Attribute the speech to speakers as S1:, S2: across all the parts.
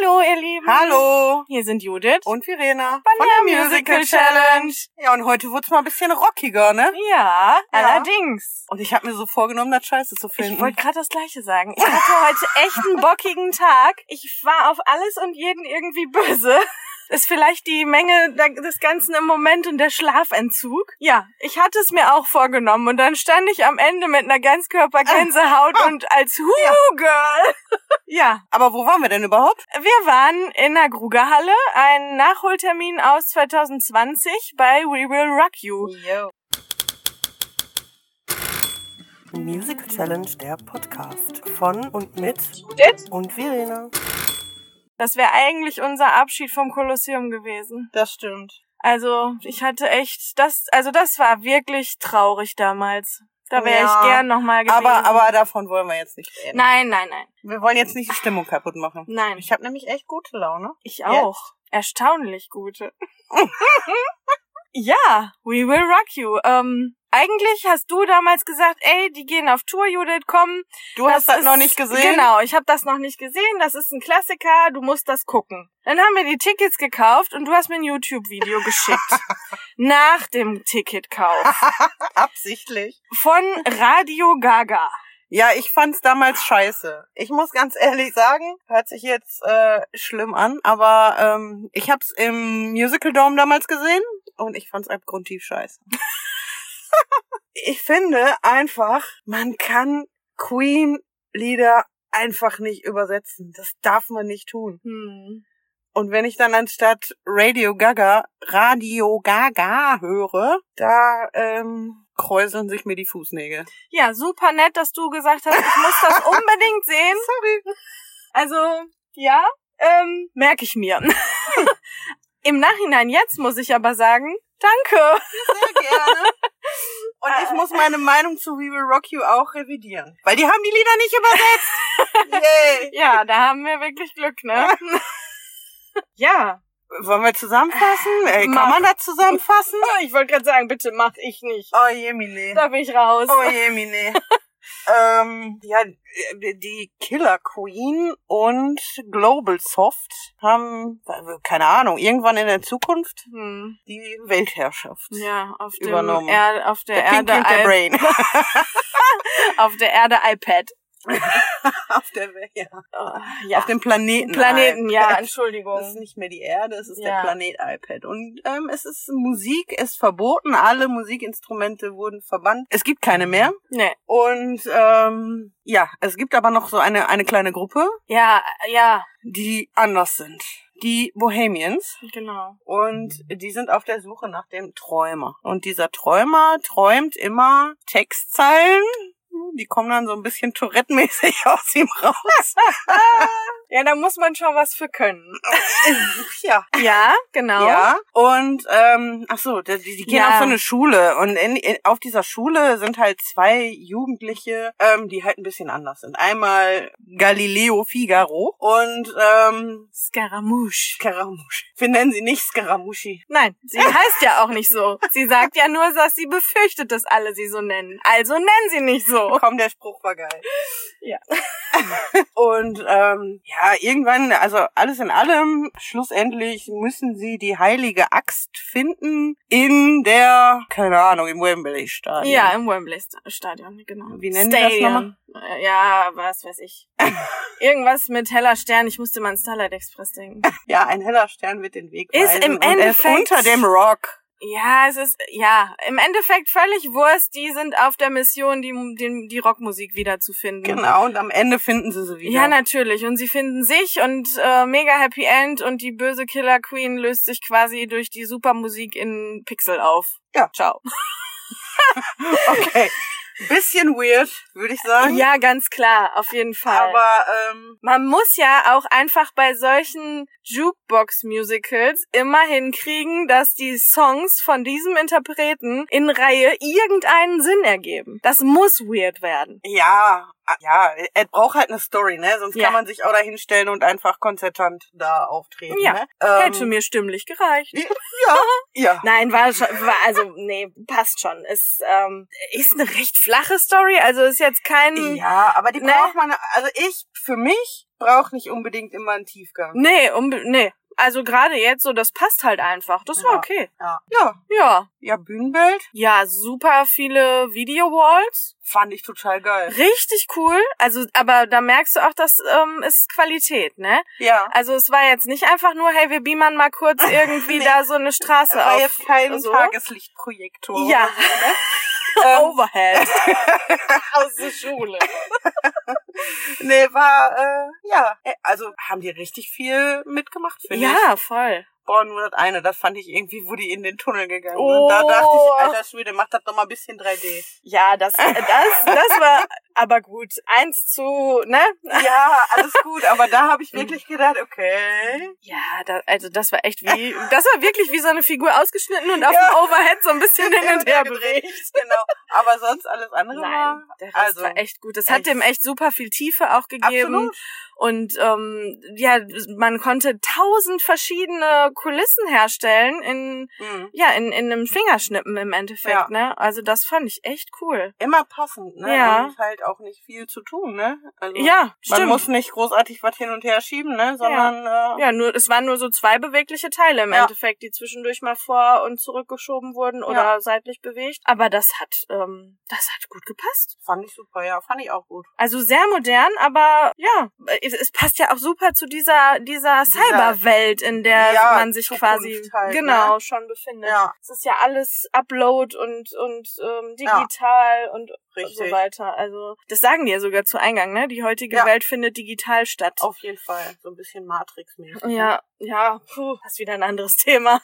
S1: Hallo, ihr Lieben.
S2: Hallo
S1: Hier sind Judith
S2: und Verena
S1: von der Musical Challenge.
S2: Ja, und heute wird's mal ein bisschen rockiger, ne?
S1: Ja, allerdings.
S2: Und ich habe mir so vorgenommen, das Scheiße zu finden.
S1: Ich wollte gerade das Gleiche sagen. Ich hatte heute echt einen bockigen Tag. Ich war auf alles und jeden irgendwie böse. Ist vielleicht die Menge da- des Ganzen im Moment und der Schlafentzug. Ja, ich hatte es mir auch vorgenommen und dann stand ich am Ende mit einer Ganzkörpergänsehaut und als Hu-Girl. Ja,
S2: Aber wo waren wir denn überhaupt?
S1: Wir waren in der Grugerhalle, ein Nachholtermin aus 2020 bei We Will Rock You.
S2: Yo. Musical Challenge, der Podcast von und mit
S1: Judith?
S2: und Verena.
S1: Das wäre eigentlich unser Abschied vom Kolosseum gewesen.
S2: Das stimmt.
S1: Also, ich hatte echt, das, also das war wirklich traurig damals. Da wäre
S2: Ja.
S1: ich gern nochmal gewesen.
S2: Aber, aber davon wollen wir jetzt nicht reden.
S1: Nein, nein, nein.
S2: Wir wollen jetzt nicht die Stimmung kaputt machen.
S1: Nein.
S2: Ich habe nämlich echt gute Laune.
S1: Ich auch. Erstaunlich gute. ja, we will rock you. Ähm, eigentlich hast du damals gesagt, ey, die gehen auf Tour, Judith, komm,
S2: Du hast das
S1: ist-
S2: noch nicht gesehen.
S1: Genau, ich habe das noch nicht gesehen. Das ist ein Klassiker, du musst das gucken. Dann haben wir die Tickets gekauft und du hast mir ein YouTube-Video geschickt. nach dem Ticketkauf.
S2: Absichtlich.
S1: Von Radio Gaga.
S2: Ja, ich fand's damals scheiße. Ich muss ganz ehrlich sagen, hört sich jetzt äh, schlimm an, aber ähm, ich hab's im Musical Dome damals gesehen und ich fand's abgrundtief scheiße. ich finde einfach, man kann Queen Lieder einfach nicht übersetzen. Das darf man nicht tun.
S1: Hm.
S2: Und wenn ich dann anstatt Radio Gaga Radio Gaga höre, da ähm, kräuseln sich mir die Fußnägel.
S1: Ja, super nett, dass du gesagt hast, ich muss das unbedingt sehen.
S2: Sorry.
S1: Also, ja, ähm, merke ich mir.
S2: Hm.
S1: Im Nachhinein jetzt muss ich aber sagen, danke.
S2: Sehr gerne. Und ich
S1: Ah.
S2: muss meine Meinung zu We Will Rock You auch revidieren. Weil die haben die Lieder nicht übersetzt. Yay.
S1: Ja, da haben wir wirklich Glück, ne? ja.
S2: Wollen wir zusammenfassen? Äh,
S1: Mach.
S2: kann man das zusammenfassen?
S1: Ich wollte gerade sagen, bitte mach ich nicht.
S2: Oh je, Mine.
S1: Da bin ich raus.
S2: Oh je, Mine. ähm, ja, die Killer Queen und Global Soft haben, also keine Ahnung, irgendwann in der Zukunft
S1: Hm.
S2: die Weltherrschaft.
S1: Ja, auf, dem
S2: Übernommen.
S1: Er auf der,
S2: Der Pink
S1: Erde
S2: und der
S1: I-
S2: Brain.
S1: auf der Erde iPad.
S2: auf der Welt, ja.
S1: Oh, ja.
S2: Auf dem Planeten. halt.
S1: Planeten, ja,
S2: Es ist
S1: Entschuldigung.
S2: nicht mehr die Erde, es ist
S1: Ja.
S2: der Planet iPad. Und ähm, es ist Musik, ist verboten. Alle Musikinstrumente wurden verbannt. Es gibt keine mehr.
S1: Nee.
S2: Und ähm, ja, es gibt aber noch so eine, eine kleine Gruppe,
S1: Ja, ja,
S2: die anders sind. Die Bohemians.
S1: genau.
S2: Und die sind auf der Suche nach dem Träumer. Und dieser Träumer träumt immer Textzeilen. Die kommen dann so ein bisschen Tourette-mäßig aus ihm raus.
S1: Ja, da muss man schon was für können.
S2: ja.
S1: Ja, genau.
S2: Ja. Und ähm, ach so, die, die gehen
S1: Ja.
S2: auf so eine Schule und in, in, auf dieser Schule sind halt zwei Jugendliche, ähm, die halt ein bisschen anders sind. Einmal Galileo Figaro und ähm,
S1: Scaramouche.
S2: Scaramouche. Wir nennen sie nicht Scaramucci.
S1: Nein, sie heißt ja auch nicht so. Sie sagt ja nur, dass sie befürchtet, dass alle sie so nennen. Also nennen sie nicht so.
S2: Komm, der Spruch war geil.
S1: Ja.
S2: und ähm, ja, irgendwann, also alles in allem, schlussendlich müssen sie die heilige Axt finden in der, keine Ahnung, im Wembley-Stadion.
S1: Ja, im Wembley-Stadion, genau.
S2: Wie nennen die das
S1: nochmal? Ja, was weiß ich. Irgendwas mit heller Stern. Ich musste mal an Starlight Express denken.
S2: Ja, ein heller Stern wird den Weg
S1: Ist
S2: weisen.
S1: im
S2: und er
S1: Endeffekt-
S2: unter dem Rock.
S1: Ja, es ist, ja, im Endeffekt völlig Wurst. Die sind auf der Mission, die, die, die Rockmusik wiederzufinden.
S2: Genau, und am Ende finden sie sie wieder.
S1: Ja, natürlich. Und sie finden sich und äh, mega Happy End und die böse Killer Queen löst sich quasi durch die Supermusik in Pixel auf.
S2: Ja.
S1: Ciao.
S2: Okay. Bisschen weird, würde ich sagen.
S1: Ja, ganz klar, auf jeden Fall.
S2: Aber ähm,
S1: Man muss ja auch einfach bei solchen Jukebox-Musicals immer hinkriegen, dass die Songs von diesem Interpreten in Reihe irgendeinen Sinn ergeben. Das muss weird werden.
S2: ja, Ah, Ja, er braucht halt eine Story, ne? Sonst
S1: Ja.
S2: kann man sich auch da hinstellen und einfach konzertant da auftreten,
S1: Ja.
S2: ne?
S1: Hätte mir stimmlich gereicht.
S2: Ja, ja.
S1: Nein, war schon, war, also, nee, passt schon. Ist, ähm, ist eine recht flache Story, also ist jetzt kein,
S2: Ja, aber die
S1: Ne?
S2: braucht man, also ich, für mich, braucht nicht unbedingt immer einen Tiefgang.
S1: nee, unbe- nee. Also gerade jetzt so, das passt halt einfach. Das war
S2: Ja.
S1: okay.
S2: Ja. Ja,
S1: Ja.
S2: ja Bühnenbild
S1: Ja, super viele Video-Walls.
S2: fand ich total geil.
S1: Richtig cool. Also, aber da merkst du auch, das ähm, ist Qualität, ne?
S2: Ja.
S1: Also es war jetzt nicht einfach nur, hey, wir beamern mal kurz irgendwie
S2: Nee.
S1: da so eine Straße
S2: War
S1: auf.
S2: jetzt kein
S1: so.
S2: Tageslichtprojektor.
S1: Ja.
S2: Ähm,
S1: Overhead. Aus der Schule.
S2: nee, war, äh, ja. Äh, Also haben die richtig viel mitgemacht, finde ich.
S1: Ja, voll.
S2: Boah, nur das eine, das fand ich irgendwie, wo die in den Tunnel gegangen
S1: Oh.
S2: sind. Da dachte ich, alter Schwede, mach das doch mal ein bisschen 3D.
S1: Ja, das, das, das war aber gut. Eins zu, ne?
S2: Ja, alles gut, aber da habe ich wirklich gedacht, okay.
S1: Ja, da, also das war echt wie, das war wirklich wie so eine Figur ausgeschnitten und auf
S2: Ja.
S1: dem Overhead so ein bisschen hin und her bewegt.
S2: Genau. Aber sonst alles andere war
S1: Nein, der Rest
S2: also,
S1: war echt gut. Das hat
S2: echt.
S1: dem echt super viel Tiefe auch gegeben.
S2: absolut.
S1: Und ähm, ja, man konnte tausend verschiedene Kulissen herstellen in
S2: Mhm.
S1: ja in, in einem Fingerschnippen im Endeffekt.
S2: Ja.
S1: Ne? Also das fand ich echt cool.
S2: Immer passend, ne?
S1: Ja.
S2: Und halt auch nicht viel zu tun, ne? Also,
S1: Ja,
S2: Man
S1: stimmt.
S2: muss nicht großartig was hin und her schieben, ne? Sondern ja. Äh,
S1: ja, nur es waren nur so zwei bewegliche Teile im
S2: Ja.
S1: Endeffekt, die zwischendurch mal vor und zurückgeschoben wurden oder seitlich bewegt. Aber das hat ähm, das hat gut gepasst.
S2: fand ich super, ja, fand ich auch gut.
S1: Also sehr modern, aber ja, es, es passt ja auch super zu dieser dieser
S2: Dieser-
S1: Cyberwelt, in der
S2: Ja,
S1: man sich
S2: Zukunft
S1: quasi
S2: halt,
S1: genau schon befindet.
S2: Ja,
S1: Es ist ja alles Upload und und ähm,
S2: Ja.
S1: digital und
S2: richtig.
S1: so weiter. Also das sagen die ja sogar zu Eingang, ne? Die heutige
S2: Ja.
S1: Welt findet digital statt.
S2: Auf jeden Fall, so ein bisschen Matrix-mäßig.
S1: ja, ja, puh, das ist wieder ein anderes Thema.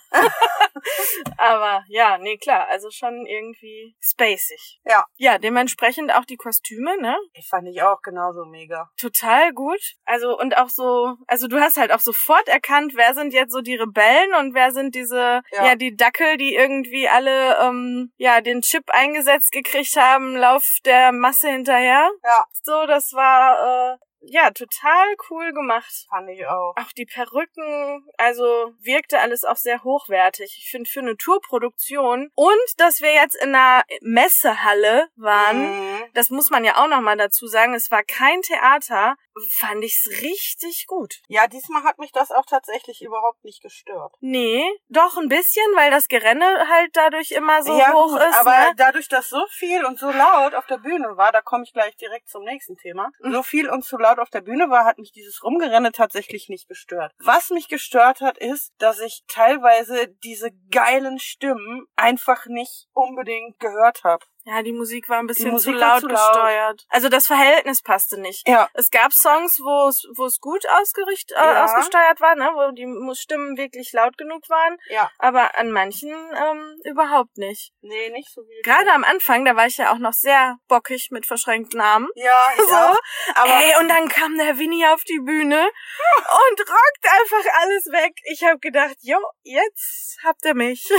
S1: Aber ja, nee, klar, also schon irgendwie spacig.
S2: Ja.
S1: Ja, dementsprechend auch die Kostüme, ne?
S2: Ich fand ich auch genauso mega.
S1: Total gut. Also und auch so, also du hast halt auch sofort erkannt, wer sind jetzt so die Rebellen und wer sind diese, ja,
S2: Ja.
S1: die Dackel, die irgendwie alle, ähm, ja, den Chip eingesetzt gekriegt haben, Lauf der Masse hinterher.
S2: Ja.
S1: So, das war, äh, ja, total cool gemacht.
S2: Fand ich auch.
S1: Auch die Perücken, also wirkte alles auch sehr hochwertig. Ich finde für eine Tourproduktion und dass wir jetzt in einer Messehalle waren,
S2: Mhm.
S1: das muss man ja auch nochmal dazu sagen, es war kein Theater, fand ich's richtig gut.
S2: Ja, diesmal hat mich das auch tatsächlich überhaupt nicht gestört.
S1: Nee, doch ein bisschen, weil das Gerenne halt dadurch immer so
S2: ja,
S1: hoch
S2: gut,
S1: ist.
S2: aber
S1: ne?
S2: dadurch, dass so viel und so laut auf der Bühne war, da komme ich gleich direkt zum nächsten Thema.
S1: Mhm.
S2: So viel und so laut auf der Bühne war, hat mich dieses Rumgerenne tatsächlich nicht gestört. Was mich gestört hat, ist, dass ich teilweise diese geilen Stimmen einfach nicht unbedingt gehört habe.
S1: Ja, die Musik war ein bisschen zu
S2: Musik war
S1: laut
S2: zu laut.
S1: gesteuert. Also das Verhältnis passte nicht.
S2: Ja,
S1: Es gab Songs, wo es wo es gut ausgericht, äh,
S2: Ja.
S1: ausgesteuert war, ne? wo die Mu- Stimmen wirklich laut genug waren,
S2: ja.
S1: aber an manchen ähm, überhaupt nicht.
S2: Nee, nicht so viel.
S1: Gerade am Anfang, da war ich ja auch noch sehr bockig mit verschränkten Armen.
S2: Ja, ich
S1: So.
S2: auch. Aber
S1: Ey, und dann kam der Winnie auf die Bühne und rockt einfach alles weg. Ich habe gedacht, jo, jetzt habt ihr mich.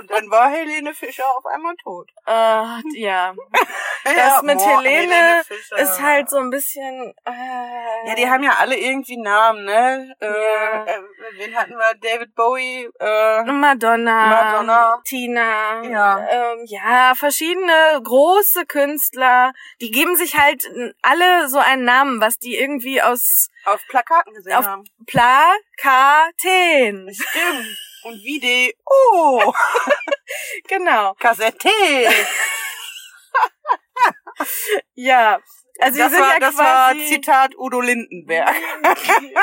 S2: und dann war Helene Fischer auf einmal tot.
S1: Äh, ja, Das mit
S2: boah,
S1: Helene
S2: Fischer.
S1: ist halt so ein bisschen. Äh,
S2: Ja, die haben ja alle irgendwie einen Namen, ne? Äh,
S1: Ja.
S2: äh, wen hatten wir? David Bowie, äh,
S1: Madonna,
S2: Madonna.
S1: Tina,
S2: Ja.
S1: ähm, ja, verschiedene große Künstler, die geben sich halt alle so einen Namen, was die irgendwie aus
S2: auf Plakaten gesehen
S1: Auf-
S2: haben.
S1: Plakaten.
S2: Stimmt. Und wie die, oh,
S1: Genau.
S2: Kassette.
S1: Ja. Also
S2: das
S1: die sind
S2: war,
S1: ja
S2: das war
S1: quasi
S2: Zitat Udo Lindenberg.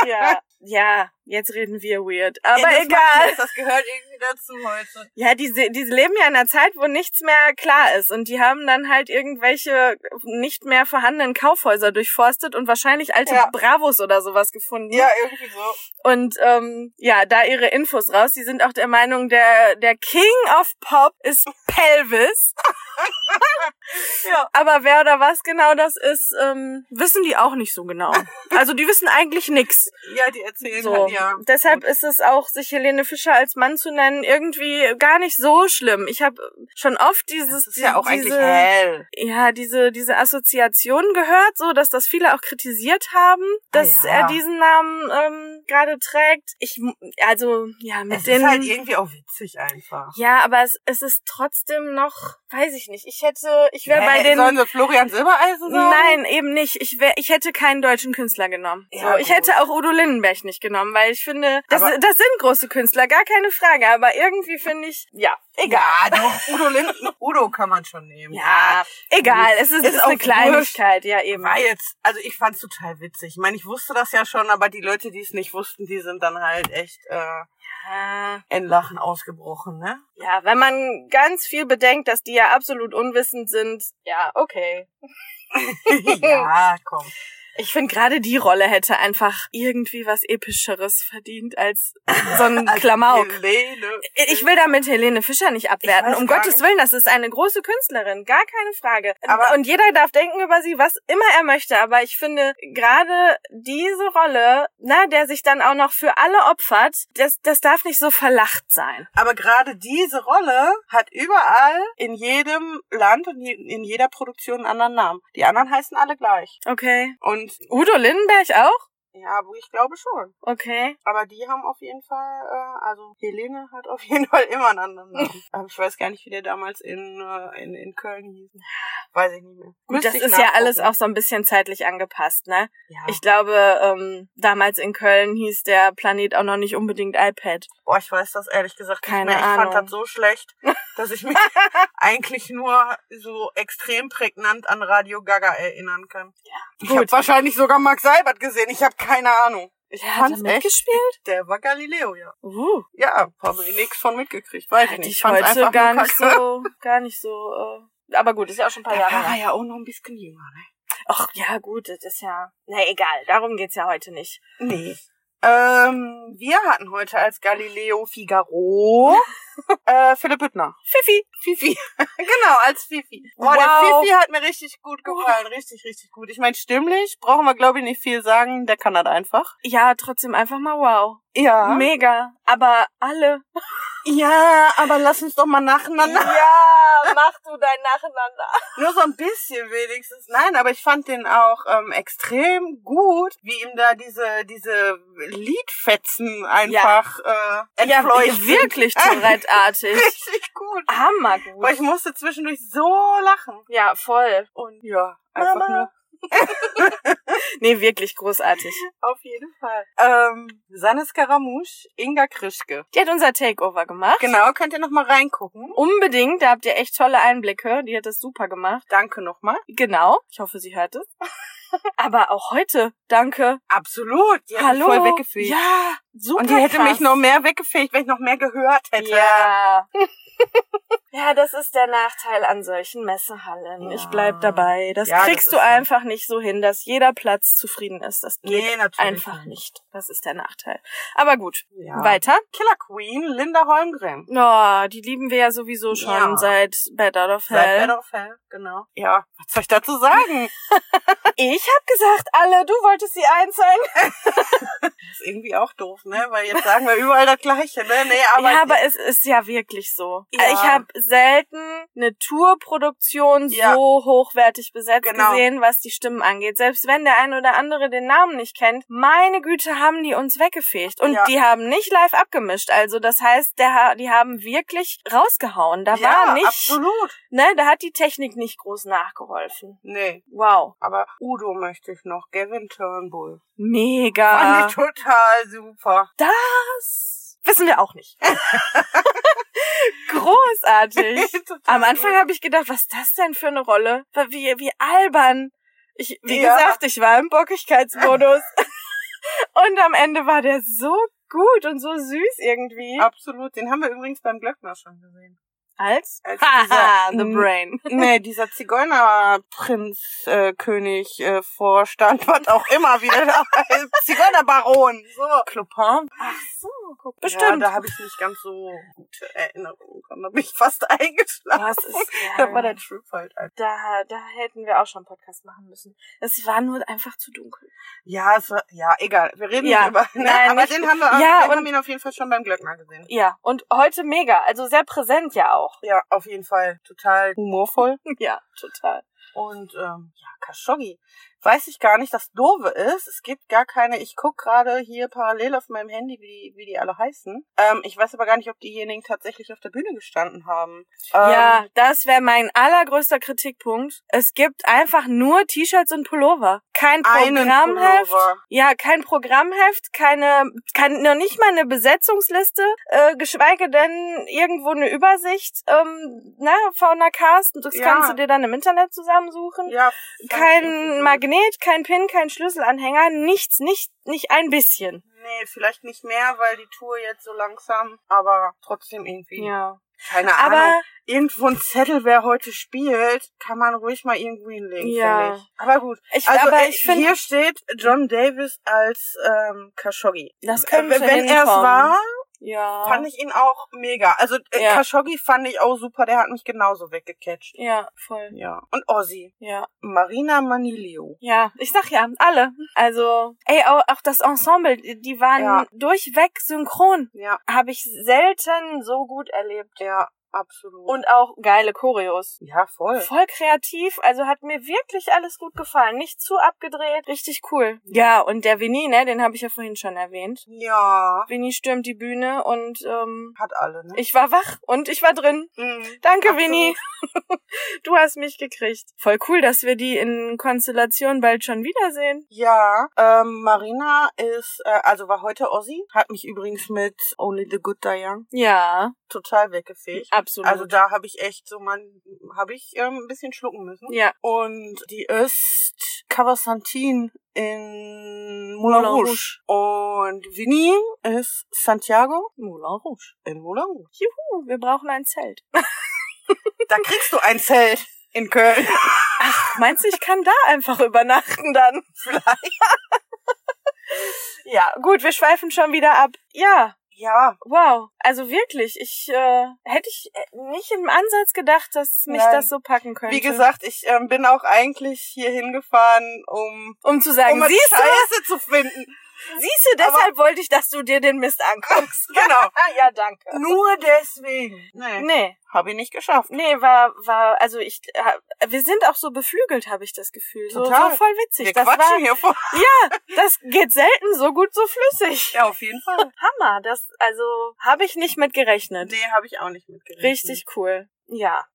S1: ja, ja, jetzt reden wir weird. Aber
S2: Ja, das macht
S1: egal. Hm?
S2: nichts, Das gehört irgendwie dazu heute.
S1: Ja, die, se- die leben ja in einer Zeit, wo nichts mehr klar ist. Und die haben dann halt irgendwelche nicht mehr vorhandenen Kaufhäuser durchforstet und wahrscheinlich alte
S2: Ja.
S1: Bravos oder sowas gefunden.
S2: Ja, irgendwie so.
S1: Und ähm, ja, da ihre Infos raus. Die sind auch der Meinung, der, der King of Pop ist Pelvis.
S2: Ja.
S1: Aber wer oder was genau das ist, ähm, wissen die auch nicht so genau. Also die wissen eigentlich nix.
S2: Ja, die erzählen
S1: So.
S2: halt Ja.
S1: Deshalb ist es auch, sich Helene Fischer als Mann zu nennen, irgendwie gar nicht so schlimm. Ich habe schon oft dieses
S2: Das ist ja auch
S1: diese,
S2: eigentlich hell.
S1: ja, diese, diese Assoziation gehört, so dass das viele auch kritisiert haben, dass
S2: Ah, ja.
S1: er diesen Namen ähm, gerade trägt. Ich, mu- also, ja, mit
S2: Es
S1: den.
S2: ist halt irgendwie auch witzig einfach.
S1: ja, aber es, es ist trotzdem noch, weiß ich nicht. Ich hätte, ich wäre bei
S2: Hä,
S1: den.
S2: Sollen wir Florian Silbereisen sagen?
S1: Nein, eben nicht. Ich, wär, ich hätte keinen deutschen Künstler genommen.
S2: Ja,
S1: so, ich
S2: gut.
S1: hätte auch Udo Lindenberg nicht genommen, weil ich finde, das,
S2: Aber-
S1: das sind große Künstler, gar keine Frage. Aber irgendwie finde ich, ja, egal.
S2: Ja, doch, Udo Linden, Udo kann man schon nehmen.
S1: Ja, egal. Es ist,
S2: Ist
S1: ist, eine
S2: auch
S1: Kleinigkeit, ja eben.
S2: War jetzt, also ich fand's total witzig. Ich meine, ich wusste das ja schon, aber die Leute, die es nicht wussten, die sind dann halt echt äh,
S1: Ah.
S2: in Lachen ausgebrochen, ne?
S1: Ja, wenn man ganz viel bedenkt, dass die ja absolut unwissend sind, ja, okay.
S2: ja, komm.
S1: Ich finde gerade die Rolle hätte einfach irgendwie was Epischeres verdient als so ein Klamauk.
S2: Also Helene.
S1: Ich will damit Helene Fischer nicht abwerten.
S2: Ich weiß
S1: Um
S2: gar
S1: Gottes
S2: nicht.
S1: Willen, das ist eine große Künstlerin, gar keine Frage.
S2: Aber-
S1: und jeder darf denken über sie, was immer er möchte. Aber ich finde gerade diese Rolle, na, der sich dann auch noch für alle opfert, das, das darf nicht so verlacht sein.
S2: Aber gerade diese Rolle hat überall in jedem Land und je- in jeder Produktion einen anderen Namen. Die anderen heißen alle gleich.
S1: Okay.
S2: Und
S1: Udo Lindenberg auch?
S2: ja, wo ich glaube schon.
S1: Okay.
S2: Aber die haben auf jeden Fall, äh, also Helene hat auf jeden Fall immer einen anderen Namen. Aber ich weiß gar nicht, wie der damals in, äh, in, in Köln hieß. Weiß ich nicht mehr.
S1: Gut,
S2: Müsste
S1: das
S2: ich
S1: ist ja alles
S2: nachgucken.
S1: auch so ein bisschen zeitlich angepasst, ne?
S2: Ja.
S1: Ich glaube, ähm, damals in Köln hieß der Planet auch noch nicht unbedingt iPad.
S2: Boah, ich weiß das ehrlich gesagt
S1: Keine
S2: nicht mehr. Ich
S1: Ahnung.
S2: fand das so schlecht, dass ich mich eigentlich nur so extrem prägnant an Radio Gaga erinnern kann. Ja, ich
S1: gut.
S2: habe wahrscheinlich sogar Max Seibert gesehen. Ich habe keine Ahnung. Ich
S1: Der hat da
S2: fand's echt.
S1: mitgespielt?
S2: Der war Galileo, ja.
S1: Uh,
S2: Ja, habe ich nichts von mitgekriegt. Weiß ich
S1: hätte
S2: nicht.
S1: ich
S2: fand's
S1: heute
S2: einfach
S1: gar
S2: nur
S1: nicht
S2: kacke.
S1: so, gar nicht so, äh, aber gut, ist ja auch schon ein paar
S2: Da
S1: Jahre
S2: war er
S1: her.
S2: Ah, ja auch noch ein bisschen jünger, ne?
S1: Ach, ja, gut, das ist ja, na egal, darum geht's ja heute nicht.
S2: ne? Nee. Ähm, wir hatten heute als Galileo Figaro äh, Philipp Büttner.
S1: Fifi!
S2: Fifi. genau, als Fifi. Boah, der
S1: Wow.
S2: Fifi hat mir richtig gut gefallen. Richtig, richtig gut. Ich meine, stimmlich brauchen wir, glaube ich, nicht viel sagen. Der kann das einfach.
S1: Ja, trotzdem einfach mal wow.
S2: Ja.
S1: Mega. Aber alle.
S2: Ja, aber lass uns doch mal nacheinander.
S1: Ja, mach du dein Nacheinander.
S2: Nur so ein bisschen wenigstens. Nein, aber ich fand den auch ähm, extrem gut, wie ihm da diese, diese Liedfetzen einfach äh,
S1: Ja,
S2: entfleucht sind.
S1: wirklich Tourette-artig.
S2: Richtig gut.
S1: Hammer
S2: Boah,
S1: gut.
S2: ich musste zwischendurch so lachen.
S1: Ja, voll.
S2: Und ja, einfach
S1: Mama.
S2: nur
S1: Nee, wirklich großartig.
S2: Auf jeden Fall. Ähm, Sanne Skaramouche, Inga Krischke.
S1: Die hat unser Takeover gemacht.
S2: Genau, könnt ihr nochmal reingucken.
S1: Unbedingt, da habt ihr echt tolle Einblicke. Die hat das super gemacht.
S2: Danke nochmal.
S1: Genau. Ich hoffe, sie hört es. Aber auch heute, danke.
S2: Absolut. Die hat
S1: Hallo.
S2: mich voll weggefegt.
S1: Ja, super.
S2: Und die hätte
S1: krass.
S2: mich noch mehr weggefegt, wenn ich noch mehr gehört hätte.
S1: Ja. ja, das ist der Nachteil an solchen Messehallen.
S2: Ja.
S1: Ich bleib dabei. Das
S2: Ja, das
S1: kriegst
S2: ist
S1: du
S2: so.
S1: einfach nicht so hin, dass jeder Platz zufrieden ist. Das geht
S2: Nee, natürlich.
S1: einfach nicht. Das ist der Nachteil. Aber gut,
S2: Ja.
S1: weiter.
S2: Killer Queen, Linda Holmgren.
S1: Oh, die lieben wir ja sowieso schon
S2: Ja.
S1: seit Bad Out of
S2: Seit
S1: Hell.
S2: Bed of Hell, genau. Ja, was soll ich dazu sagen?
S1: Ich hab gesagt, alle, du wolltest sie einzeln.
S2: ist irgendwie auch doof, ne? Weil jetzt sagen wir überall das Gleiche, ne? Nee, aber,
S1: ja, aber es ist ja wirklich so.
S2: Ja.
S1: Ich habe selten eine Tourproduktion
S2: Ja.
S1: so hochwertig besetzt
S2: Genau.
S1: gesehen, was die Stimmen angeht. Selbst wenn der ein oder andere den Namen nicht kennt, meine Güte, haben die uns weggefegt. Und
S2: Ja.
S1: die haben nicht live abgemischt. Also das heißt, der, ha- die haben wirklich rausgehauen. Da war
S2: ja,
S1: nicht,
S2: absolut.
S1: ne, da hat die Technik nicht groß nachgeholfen.
S2: Nee,
S1: Wow.
S2: aber Udo möchte ich noch. Gavin Turnbull.
S1: Mega.
S2: Fand ich total super.
S1: Das wissen wir auch nicht. Großartig.
S2: Total
S1: Am Anfang habe ich gedacht, was ist das denn für eine Rolle? Wie, wie albern. Ich, wie
S2: Ja.
S1: gesagt, ich war im Bockigkeitsmodus. und am Ende war der so gut und so süß irgendwie.
S2: Absolut. Den haben wir übrigens beim Glöckner schon gesehen.
S1: Als?
S2: Als
S1: Haha,
S2: dieser-
S1: the brain.
S2: Nee, dieser Zigeunerprinz, äh, König, äh, Vorstand, was auch immer wieder da heißt. Zigeunerbaron. So. Clopin?
S1: Ach so, guck.
S2: Ja,
S1: Bestimmt.
S2: da habe ich nicht ganz so gute Erinnerungen. und dann bin ich fast eingeschlafen.
S1: Das ist,
S2: Da war
S1: ja,
S2: der Trip halt ein.
S1: da, da hätten wir auch schon einen Podcast machen müssen. Es war nur einfach zu dunkel.
S2: Ja, es war, ja, egal. Wir reden
S1: Ja.
S2: nicht über, ne?
S1: Nein,
S2: aber
S1: nicht-
S2: den haben wir, auch-
S1: Ja,
S2: wir haben
S1: und-
S2: ihn auf jeden Fall schon beim Glöckner gesehen.
S1: Ja, und heute mega, also sehr präsent ja auch.
S2: Ja, auf jeden Fall. Total humorvoll.
S1: Ja, total.
S2: Und ähm, ja, Khashoggi. Weiß ich gar nicht, das Doofe ist, es gibt gar keine, ich guck gerade hier parallel auf meinem Handy, wie die, wie die alle heißen. Ähm, ich weiß aber gar nicht, ob diejenigen tatsächlich auf der Bühne gestanden haben. Ähm,
S1: ja, das wäre mein allergrößter Kritikpunkt. Es gibt einfach nur T-Shirts und Pullover. Kein
S2: Einen
S1: Programmheft.
S2: Pullover.
S1: Ja, kein Programmheft, keine, kein, noch nicht mal eine Besetzungsliste, äh, geschweige denn irgendwo eine Übersicht, ähm, na, von der Cast. Das
S2: Ja.
S1: kannst du dir dann im Internet zusammensuchen.
S2: Ja, fand ich irgendwie
S1: Kein
S2: blöd.
S1: Magnet, kein Pin, kein Schlüsselanhänger, nichts, nicht, nicht ein bisschen.
S2: Nee, vielleicht nicht mehr, weil die Tour jetzt so langsam, aber trotzdem irgendwie.
S1: Ja.
S2: Keine Ahnung.
S1: Aber,
S2: Irgendwo ein Zettel, wer heute spielt, kann man ruhig mal irgendwo hinlegen,
S1: Ja.
S2: finde ich. Aber gut.
S1: ich,
S2: Also
S1: aber
S2: äh,
S1: ich finde,
S2: hier steht John Davis als ähm, Khashoggi.
S1: Das
S2: Äh,
S1: könnte
S2: wenn er es
S1: hinkommen.
S2: war,
S1: ja.
S2: fand ich ihn auch mega. Also äh,
S1: Ja.
S2: Khashoggi fand ich auch super, der hat mich genauso weggecatcht.
S1: ja, voll.
S2: Ja. Und Ozzy.
S1: Ja.
S2: Marina Manilio.
S1: Ja, ich sag ja, alle. Also, ey, auch, auch das Ensemble, die waren
S2: Ja.
S1: durchweg synchron.
S2: Ja,
S1: Habe ich selten so gut erlebt.
S2: ja, absolut.
S1: Und auch geile Choreos.
S2: ja, voll.
S1: Voll kreativ, also hat mir wirklich alles gut gefallen. Nicht zu abgedreht, richtig cool. Ja, und der Vinny, ne, den habe ich ja vorhin schon erwähnt.
S2: Ja,
S1: Vinny stürmt die Bühne und ähm,
S2: hat alle, ne?
S1: ich war wach und ich war drin.
S2: Mhm.
S1: Danke,
S2: Absolut.
S1: Vinny. Du hast mich gekriegt. Voll cool, dass wir die in Konstellation bald schon wiedersehen.
S2: Ja, ähm, Marina ist, äh, also war heute Ozzy, hat mich übrigens mit Only the Good Die Young
S1: Ja,
S2: total weggefegt.
S1: absolut.
S2: Also da habe ich echt so man, habe ich ähm, ein bisschen schlucken müssen.
S1: ja,
S2: Und die ist Cavasantin in Moulin
S1: Moulin
S2: Rouge. Und Vinny ist Santiago
S1: Moulin Rouge.
S2: in Moulin Rouge.
S1: Juhu, uh, wir brauchen ein Zelt.
S2: Da kriegst du ein Zelt in Köln.
S1: Meinst du, ich kann da einfach übernachten dann?
S2: Vielleicht.
S1: Ja, gut, wir schweifen schon wieder ab. Ja,
S2: Ja,
S1: wow. Also wirklich, ich äh, hätte ich äh, nicht im Ansatz gedacht, dass mich
S2: Nein.
S1: das so packen könnte.
S2: wie gesagt, ich ähm, bin auch eigentlich hier hingefahren, um,
S1: um zu sagen,
S2: um es
S1: siehst du,
S2: Scheiße zu finden.
S1: siehst du, deshalb wollte ich, dass du dir den Mist anguckst.
S2: Genau.
S1: Ah, ja, danke.
S2: Nur deswegen. Nee.
S1: Nee,
S2: Habe ich nicht geschafft.
S1: nee, war, war, also ich, äh, wir sind auch so beflügelt, habe ich das Gefühl. So,
S2: Total.
S1: so voll witzig.
S2: Wir
S1: das
S2: quatschen
S1: war,
S2: hier vor.
S1: das geht selten so gut, so flüssig.
S2: Ja, auf jeden Fall.
S1: Hammer, das, also, habe ich nicht mit gerechnet.
S2: Nee, habe ich auch nicht mitgerechnet.
S1: Richtig cool. Ja.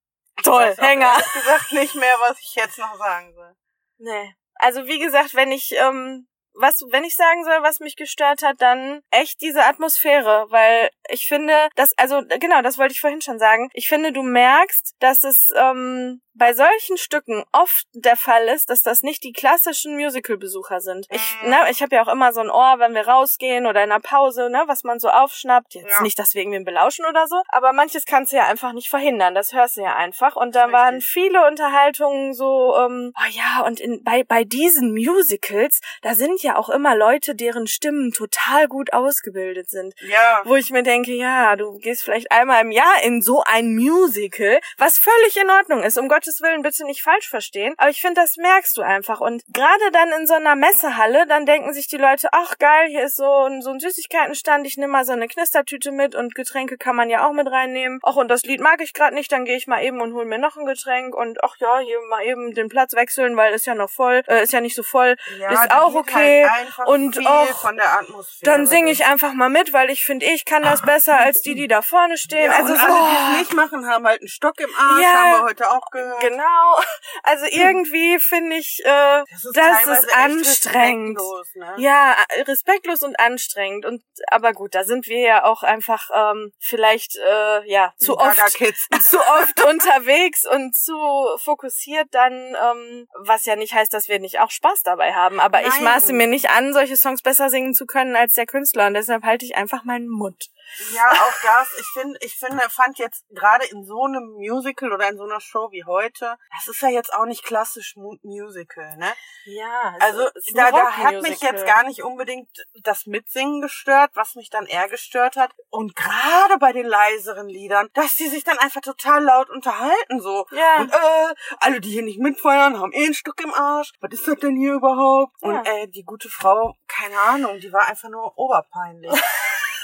S2: Ich
S1: Toll,
S2: weiß auch
S1: Hänger.
S2: ehrlich gesagt nicht mehr, was ich jetzt noch sagen soll.
S1: Nee. Also wie gesagt, wenn ich, ähm, was, wenn ich sagen soll, was mich gestört hat, dann echt diese Atmosphäre, weil ich finde, das, also genau, das wollte ich vorhin schon sagen. Ich finde, du merkst, dass es ähm, bei solchen Stücken oft der Fall ist, dass das nicht die klassischen Musical-Besucher sind. Ich,
S2: Mhm.
S1: ne, ich habe ja auch immer so ein Ohr, wenn wir rausgehen oder in einer Pause, ne, was man so aufschnappt. Jetzt
S2: Ja.
S1: nicht, dass wir irgendwen belauschen oder so, aber manches kannst du ja einfach nicht verhindern. Das hörst du ja einfach. Und da
S2: Richtig.
S1: waren viele Unterhaltungen so, ähm, oh ja, und in, bei, bei diesen Musicals, da sind ja auch immer Leute, deren Stimmen total gut ausgebildet sind.
S2: Ja.
S1: Wo ich mir denke, ja, du gehst vielleicht einmal im Jahr in so ein Musical, was völlig in Ordnung ist. Um Gottes Willen bitte nicht falsch verstehen. Aber ich finde, das merkst du einfach. Und gerade dann in so einer Messehalle, dann denken sich die Leute, ach geil, hier ist so ein, so ein Süßigkeitenstand, ich nehme mal so eine Knistertüte mit und Getränke kann man ja auch mit reinnehmen. Ach, und das Lied mag ich gerade nicht, dann gehe ich mal eben und hole mir noch ein Getränk und ach ja, hier mal eben den Platz wechseln, weil ist ja noch voll, äh, ist ja nicht so voll.
S2: ja
S1: ist
S2: da
S1: auch
S2: geht
S1: okay.
S2: Halt einfach
S1: Und
S2: viel
S1: auch-
S2: von der Atmosphäre.
S1: Dann singe ich einfach mal mit, weil ich finde, ich kann das besser als die, die da vorne stehen.
S2: Ja,
S1: also
S2: also
S1: so,
S2: alle, die es nicht machen, haben halt einen Stock im Arsch,
S1: Ja.
S2: haben wir heute auch gehört.
S1: Genau. Also irgendwie finde ich, äh, das
S2: teilweise
S1: ist
S2: echt
S1: anstrengend.
S2: respektlos, Ne?
S1: Ja, respektlos und anstrengend. Und aber gut, da sind wir ja auch einfach ähm, vielleicht äh, ja
S2: Die
S1: zu
S2: Gaga
S1: oft
S2: Kids.
S1: zu oft unterwegs und zu fokussiert dann, ähm, was ja nicht heißt, dass wir nicht auch Spaß dabei haben. Aber ich
S2: Nein.
S1: maße mir nicht an, solche Songs besser singen zu können als der Künstler. Und deshalb halte ich einfach meinen Mund.
S2: Ja, auch das. Ich finde, ich finde, fand jetzt gerade in so einem Musical oder in so einer Show wie heute, Leute. Das ist ja jetzt auch nicht klassisch Mu- Musical, ne?
S1: Ja, es
S2: Also
S1: ist ein
S2: da, da hat
S1: Rockmusical.
S2: mich jetzt gar nicht unbedingt das Mitsingen gestört, was mich dann eher gestört hat. Und gerade bei den leiseren Liedern, dass die sich dann einfach total laut unterhalten so.
S1: Ja.
S2: Und äh, alle, die hier nicht mitfeiern, haben eh ein Stück im Arsch. Was ist das denn hier überhaupt?
S1: Ja.
S2: Und äh, die gute Frau, keine Ahnung, die war einfach nur oberpeinlich.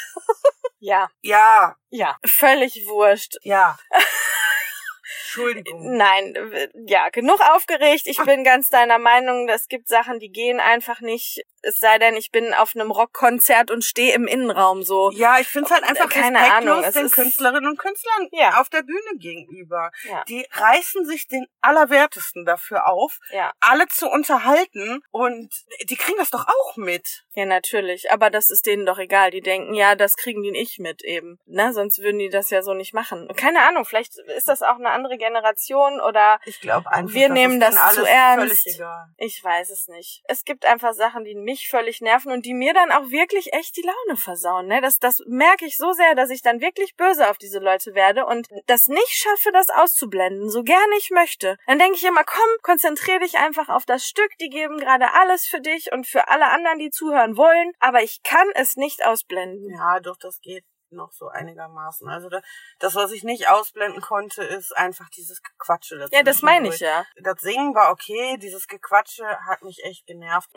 S1: ja,
S2: ja,
S1: ja. Völlig wurscht.
S2: ja. Entschuldigung.
S1: Nein, w- ja, genug aufgeregt. Ich bin ganz deiner Meinung, es gibt Sachen, die gehen einfach nicht. Es sei denn, ich bin auf einem Rockkonzert und stehe im Innenraum so.
S2: Ja, ich finde es halt einfach
S1: äh, Keine
S2: respektlos
S1: Ahnung, es
S2: den
S1: ist-
S2: Künstlerinnen und Künstlern
S1: Ja.
S2: auf der Bühne gegenüber.
S1: Ja.
S2: Die reißen sich den Allerwertesten dafür auf,
S1: Ja,
S2: alle zu unterhalten und die kriegen das doch auch mit.
S1: ja, natürlich. Aber das ist denen doch egal. Die denken, ja, das kriegen die nicht mit eben. Ne? Sonst würden die das ja so nicht machen. Keine Ahnung, vielleicht ist das auch eine andere Generation oder
S2: Ich glaube einfach,
S1: Wir
S2: das
S1: nehmen
S2: ist
S1: das
S2: denen alles
S1: zu ernst.
S2: Völlig egal.
S1: ich weiß es nicht. Es gibt einfach Sachen, die mich völlig nerven und die mir dann auch wirklich echt die Laune versauen. Ne? Das, das merke ich so sehr, dass ich dann wirklich böse auf diese Leute werde und das nicht schaffe, das auszublenden, so gerne ich möchte. Dann denke ich immer, komm, konzentriere dich einfach auf das Stück. Die geben gerade alles für dich und für alle anderen, die zuhören wollen. Aber ich kann es nicht ausblenden.
S2: Ja, doch, das geht noch so einigermaßen. Also da, das, was ich nicht ausblenden konnte, ist einfach dieses Gequatsche.
S1: Ja, das
S2: dazwischen
S1: meine ich
S2: durch.
S1: ja.
S2: Das Singen war okay, dieses Gequatsche hat mich echt genervt.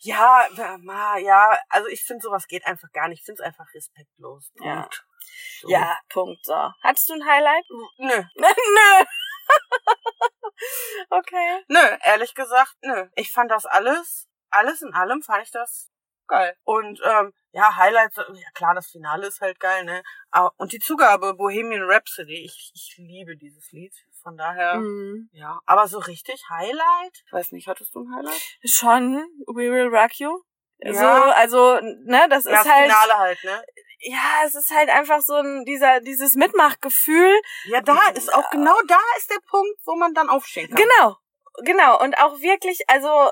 S2: ja, ma, ja, also ich finde, sowas geht einfach gar nicht. Ich finde es einfach respektlos. Punkt.
S1: Ja.
S2: So.
S1: Ja, Punkt. So. Hattest du ein Highlight?
S2: Nö,
S1: Nö. okay.
S2: Nö, ehrlich gesagt, nö. Ich fand das alles, alles in allem fand ich das geil. Und ähm, ja, Highlights, ja klar, das Finale ist halt geil, ne? Aber- Und die Zugabe Bohemian Rhapsody, ich, ich liebe dieses Lied. Von daher,
S1: Mhm.
S2: ja. Aber so richtig Highlight? Ich weiß nicht, hattest du ein Highlight?
S1: Schon, We Will Rock You.
S2: Ja.
S1: So, also, ne, das
S2: Das
S1: ist halt,
S2: Finale halt, ne?
S1: ja, es ist halt einfach so ein, dieser, dieses Mitmachgefühl.
S2: Ja, da ist auch genau da ist der Punkt, wo man dann aufschenken kann.
S1: Genau, genau. Und auch wirklich, also,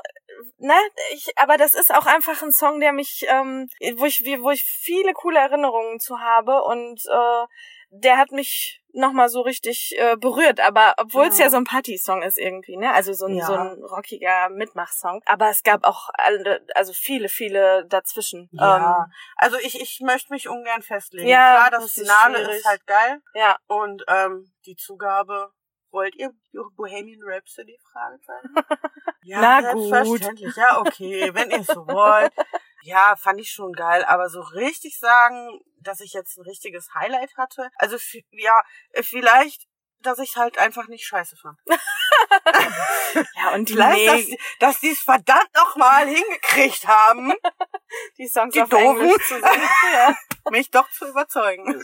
S1: ne, ich, aber das ist auch einfach ein Song, der mich, ähm, wo ich, wo ich viele coole Erinnerungen zu habe und, äh, der hat mich nochmal so richtig äh, berührt, aber obwohl es
S2: Ja.
S1: ja so ein Party-Song ist irgendwie, ne? Also so ein,
S2: Ja.
S1: so ein rockiger Mitmach-Song. Aber es gab auch alle, also viele, viele dazwischen.
S2: Ja.
S1: Ähm,
S2: Also ich, ich möchte mich ungern festlegen.
S1: Ja,
S2: klar, das,
S1: das ist
S2: Finale
S1: schwierig.
S2: ist halt geil.
S1: ja.
S2: Und ähm, die Zugabe, wollt ihr Bohemian Rhapsody? Fragezeichen? Ja,
S1: Na
S2: selbstverständlich. Ja, okay, wenn ihr so wollt. Ja, fand ich schon geil, aber so richtig sagen, dass ich jetzt ein richtiges Highlight hatte. Also f- ja, äh, vielleicht, dass ich halt einfach nicht scheiße fand.
S1: Ja, und die,
S2: Vielleicht,
S1: Me
S2: dass, dass die es verdammt nochmal hingekriegt haben,
S1: die Songs
S2: die
S1: auf
S2: Doofen.
S1: Englisch zu singen. ja.
S2: mich doch zu überzeugen.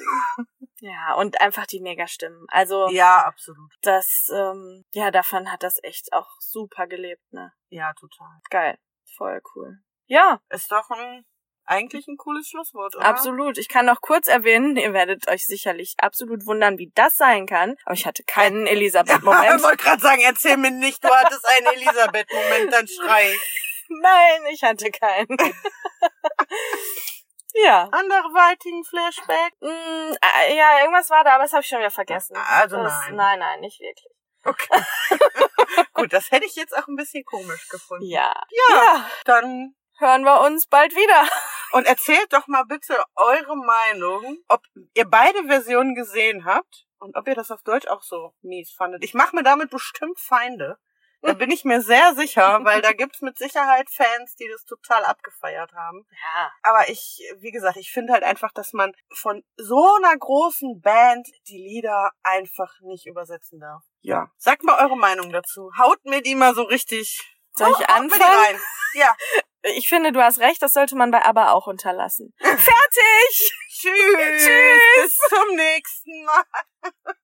S1: ja, und einfach die Megastimmen. Also
S2: Ja, absolut.
S1: das, ähm, ja, davon hat das echt auch super gelebt, ne?
S2: Ja, total.
S1: Geil. Voll cool. Ja,
S2: Ist doch ein, eigentlich ein cooles Schlusswort, oder?
S1: absolut. Ich kann noch kurz erwähnen, ihr werdet euch sicherlich absolut wundern, wie das sein kann. Aber ich hatte keinen
S2: Ich
S1: Elisabeth-Moment.
S2: wollte gerade sagen, erzähl mir nicht, du hattest einen Elisabeth-Moment, dann schrei.
S1: Nein, ich hatte keinen. ja.
S2: Anderweitigen Flashback.
S1: Mm, äh, ja, irgendwas war da, aber das habe ich schon wieder vergessen.
S2: Also
S1: das,
S2: nein.
S1: Nein, nein, nicht wirklich.
S2: Okay. Gut, das hätte ich jetzt auch ein bisschen komisch gefunden.
S1: Ja.
S2: Ja,
S1: Ja.
S2: dann.
S1: Hören wir uns bald wieder.
S2: Und erzählt doch mal bitte eure Meinung, ob ihr beide Versionen gesehen habt und ob ihr das auf Deutsch auch so mies fandet. Ich mache mir damit bestimmt Feinde. Da bin ich mir sehr sicher, weil da gibt's mit Sicherheit Fans, die das total abgefeiert haben.
S1: Ja.
S2: Aber ich, wie gesagt, ich finde halt einfach, dass man von so einer großen Band die Lieder einfach nicht übersetzen darf. Ja. Sagt mal eure Meinung dazu. Haut mir die mal so richtig.
S1: Soll ich
S2: Haut- haut mir die
S1: anfangen?
S2: rein. Ja.
S1: Ich finde, du hast recht, das sollte man bei ABBA auch unterlassen. Fertig!
S2: Tschüss.
S1: Tschüss.
S2: Bis zum nächsten Mal.